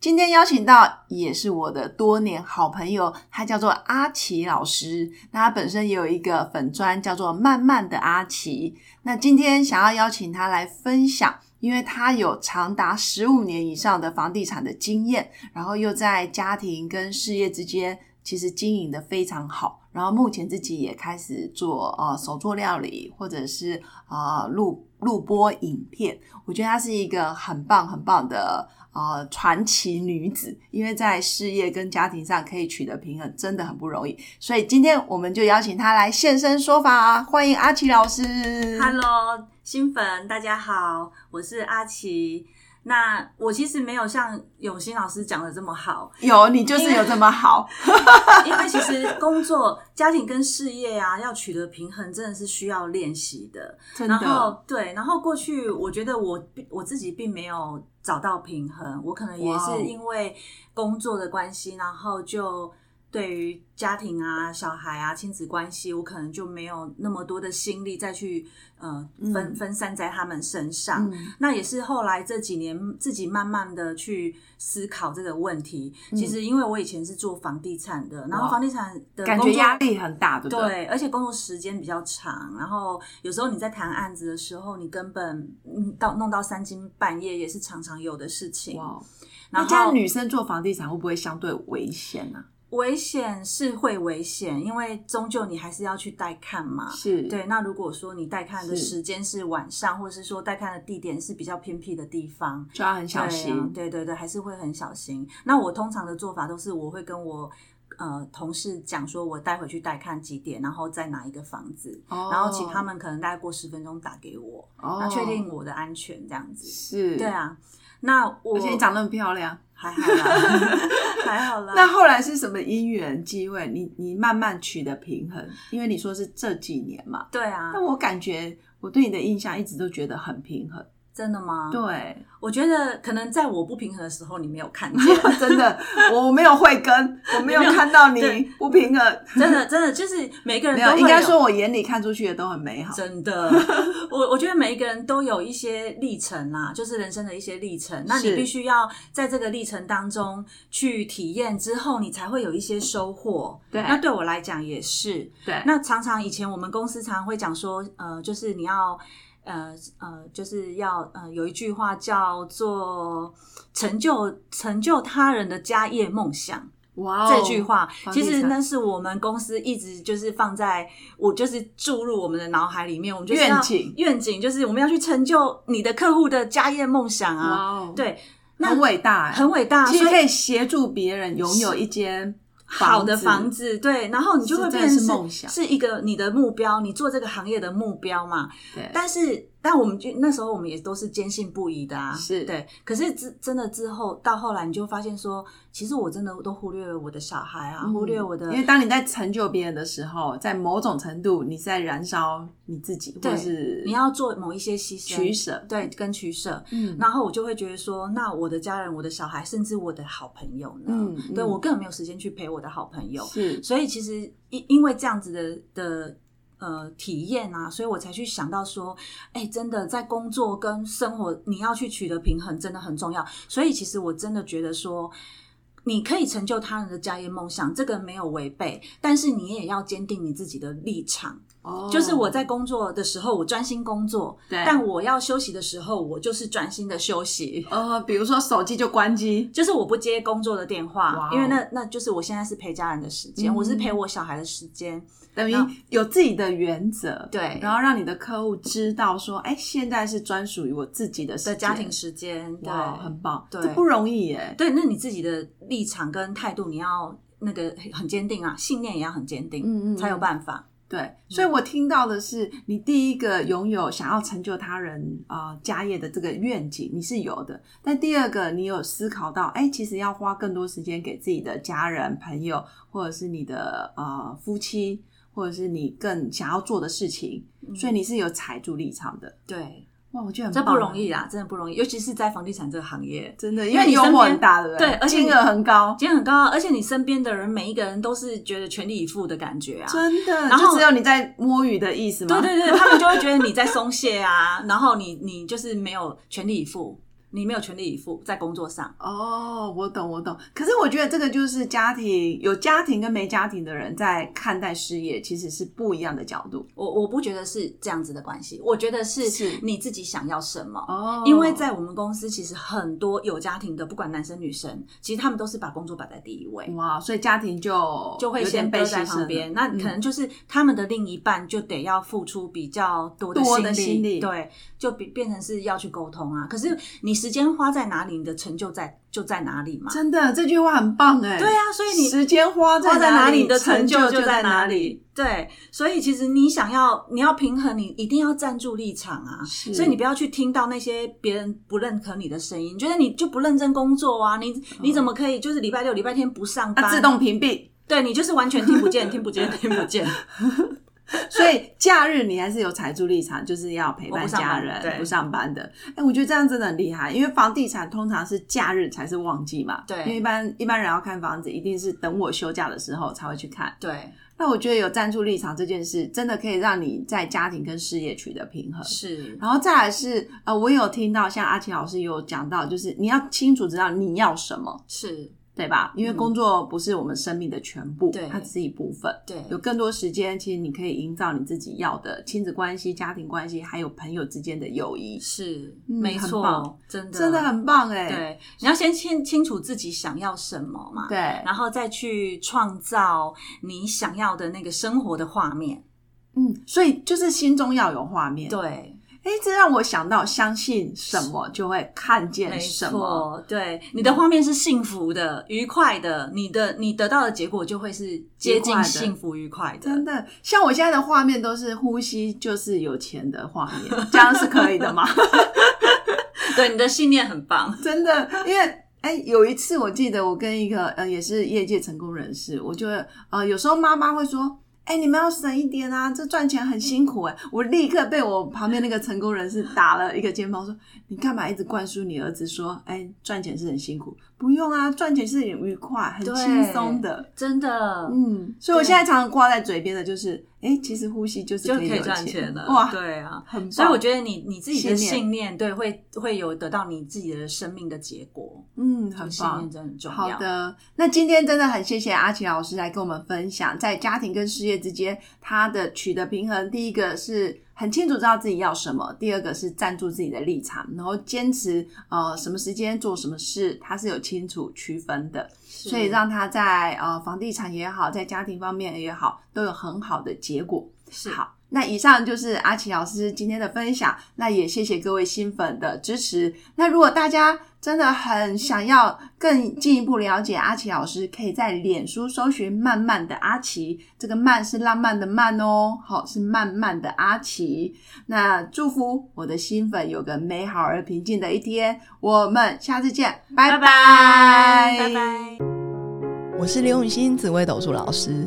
今天邀请到也是我的多年好朋友，他叫做阿奇老师。那他本身也有一个粉砖叫做“慢慢的阿奇”。那今天想要邀请他来分享，因为他有长达十五年以上的房地产的经验，然后又在家庭跟事业之间其实经营的非常好。然后目前自己也开始做呃手做料理，或者是呃录录播影片。我觉得她是一个很棒很棒的呃传奇女子，因为在事业跟家庭上可以取得平衡，真的很不容易。所以今天我们就邀请她来现身说法、欢迎阿奇老师。 Hello，新粉大家好，我是阿奇。那我其实没有像永新老师讲的这么好，有你就是有这么好，因为其实工作、家庭跟事业啊，要取得平衡，真的是需要练习的。真然的。后对，然后过去我觉得我并我自己并没有找到平衡，我可能也哇哦是因为工作的关系，然后就对于家庭啊、小孩啊、亲子关系，我可能就没有那么多的心力再去呃分嗯分散在他们身上。嗯那也是后来这几年自己慢慢的去思考这个问题。其实因为我以前是做房地产的，然后嗯哇房地产的感觉工作压力很大，对不对？对，而且工作时间比较长，然后有时候你在谈案子的时候，你根本嗯到弄到三更半夜也是常常有的事情。哇，哦哦然那这样后女生做房地产会不会相对危险啊呢、危险是会危险，因为终究你还是要去带看嘛。是，对，那如果说你带看的是时间是晚上，或者是说带看的地点是比较偏僻的地方，就要很小心。对啊对对对，还是会很小心。那我通常的做法都是，我会跟我呃同事讲说，我带回去带看几点，然后再拿一个房子，哦然后请他们可能大概过十分钟打给我，哦然后确定我的安全这样子。是，对。啊，那我嗯而且你长得很漂亮，还好 啦，还好啦。那后来是什么因缘机会？你你慢慢取得平衡，因为你说是这几年嘛。对啊但，我感觉我对你的印象一直都觉得很平衡。真的吗？ 对， 我觉得可能在我不平衡的时候，你没有看见，真的，我我没有慧根，我没有看到你对不平衡。真的真的就是每个人没都会有，有应该说我眼里看出去的都很美好。真的， 我我觉得每一个人都有一些历程啦，就是人生的一些历程。那你是必须要在这个历程当中去体验之后，你才会有一些收获。对那对我来讲也是。对那常常以前我们公司常会讲说，呃，就是你要。呃呃，就是要呃，有一句话叫做“成就成就他人的家业梦想”。哇这句话，哦房地其产实那是我们公司一直就是放在我就是注入我们的脑海里面，我们就是要愿景，愿景就是我们要去成就你的客户的家业梦想哇啊，哦，，对，那很伟大欸，很伟大，其实所可以以协助别人拥有一间好的房房子，对，然后你就会是真变的成是梦想是一个你的目标，你做这个行业的目标嘛，对，但是，但我们就那时候我们也都是坚信不疑的啊，是对。可是之真的之后到后来，你就发现说，其实我真的都忽略了我的小孩啊，忽略我的嗯因为当你在成就别人的时候，在某种程度你在燃烧你自己，或对者是你要做某一些牺牲取舍。对，跟取舍。嗯然后我就会觉得说，那我的家人、我的小孩，甚至我的好朋友呢？嗯嗯对我根本没有时间去陪我的好朋友。是所以其实因因为这样子的的呃体验啊，所以我才去想到说，哎、真的在工作跟生活你要去取得平衡，真的很重要。所以其实我真的觉得说。你可以成就他人的家业梦想，这个没有违背，但是你也要坚定你自己的立场。哦就是我在工作的时候，我专心工作，对但我要休息的时候，我就是专心的休息。呃，比如说手机就关机，就是我不接工作的电哇话哦，因为那那就是我现在是陪家人的时间，嗯我是陪我小孩的时间。等于那有自己的原则，嗯对然后让你的客户知道说，哎，现在是专属于我自己的时的间家庭时间，对哇，很棒，对这不容易耶，对，那你自己的立场跟态度，你要那个很坚定啊，信念也要很坚定，嗯嗯嗯才有办法。对，所以我听到的是，你第一个拥有想要成就他人啊、呃家业的这个愿景，你是有的。但第二个，你有思考到，哎，其实要花更多时间给自己的家人、朋友，或者是你的呃夫妻，或者是你更想要做的事情，所以你是有踩住立场的。对，哇，我觉得很嗯这不棒容，易啊，真的不容易，尤其是在房地产这个行业，真的，因因为为你诱身惑边很大，对不对而且金额很高，今天很高啊，而且你身边的人每一个人都是觉得全力以赴的感觉啊，真的，然后就只有你在摸鱼的意思吗？对对对，他们就会觉得你在松懈啊，然后你你就是没有全力以赴，你没有全力以赴在工作上，哦，我懂，我懂。可是我觉得这个就是家庭有家庭跟没家庭的人在看待事业，其实是不一样的角度。我我不觉得是这样子的关系，我觉得是是你自己想要什么。哦因为在我们公司，其实很多有家庭的，不管男生女生，其实他们都是把工作摆在第一位，哇，所以家庭就就会嗯有点先被背牺在牲旁了嗯边。那可能就是他们的另一半就得要付出比较多的多心的力，心力对，就变变成是要去沟通啊。可是你时间花在哪里，你的成就在就在哪里嘛。真的这句话很棒哎。对啊，所以你时间花花在哪哪里，你的成成就就就在哪里里。。对，所以其实你想要，你要平衡，你一定要站住立场啊。是所以你不要去听到那些别人不认可你的声音，你觉得你就不认真工作啊，你你怎么可以就是礼拜六、礼拜天不上班？它嗯啊自动屏蔽，对你就是完全听不见、听不见、听不见。 所以假日你还是有财助立场，就是要陪我伴不上班家人，对不上班的。哎，我觉得这样真的很厉害，因为房地产通常是假日才是旺季嘛。对因为一般一般人要看房子，一定是等我休假的时候才会去看。对，那我觉得有站住立场这件事，真的可以让你在家庭跟事业取得平衡。是 然后再来是，呃，我有听到像阿奇老师有讲到，就是你要清楚知道你要什么，是，对吧？因为嗯工作不是我们生命的全部，对它只是一部分。对有更多时间，其实你可以营造你自己要的亲子关系、家庭关系，还有朋友之间的友谊，是，嗯没很棒错，真的真的很棒哎、对。你要先清清楚自己想要什么嘛，对，然后再去创造你想要的那个生活的画面。嗯，所以就是心中要有画面。对，哎，这让我想到，相信什么就会看见没什么。嗯错，对，你的画面是幸福的、愉快的，你的你得到的结果就会是接愉快近的幸福、愉快的。真的，像我现在的画面都是呼吸就是有钱的画面，这样是可以的吗？对，你的信念很 棒。真的，因为。哎，有一次我记得我跟一个呃也是业界成功人士，我就呃有时候妈妈会说，哎，你们要省一点啊，这赚钱很辛苦哎、我立刻被我旁边那个成功人士打了一个肩膀，说你干嘛一直灌输你儿子说，哎，赚钱是很辛苦，不用啊，赚钱是很愉快、很对轻松的。真的，嗯，所以我现在常常挂在嘴边的就是，哎、其实呼吸就是就可可以以有赚钱了。哇，对啊，很棒。所以我觉得你你自己的信念信念，对，会会有得到你自己的生命的结果。嗯，这很个信念棒。真的很重要。好的，那今天真的很谢谢阿奇老师来跟我们分享，在家庭跟事业之间，他的取得平衡，第一个是很清楚知道自己要什么，第二个是站住自己的立场，然后坚持呃什么时间做什么事，他是有清楚区分的。是，所以让他在呃房地产也好，在家庭方面也好，都有很好的结果。是好，那以上就是阿奇老师今天的分享，那也谢谢各位新粉的支持。那如果大家真的很想要更进一步了解阿奇老师，可以在脸书搜寻“慢慢的阿奇”，这个“慢”是浪漫的“慢”哦，好是慢慢的阿奇。那祝福我的新粉有个美好而平静的一天，我们下次见，拜拜拜，拜拜。我是刘雨欣，紫薇斗数老师。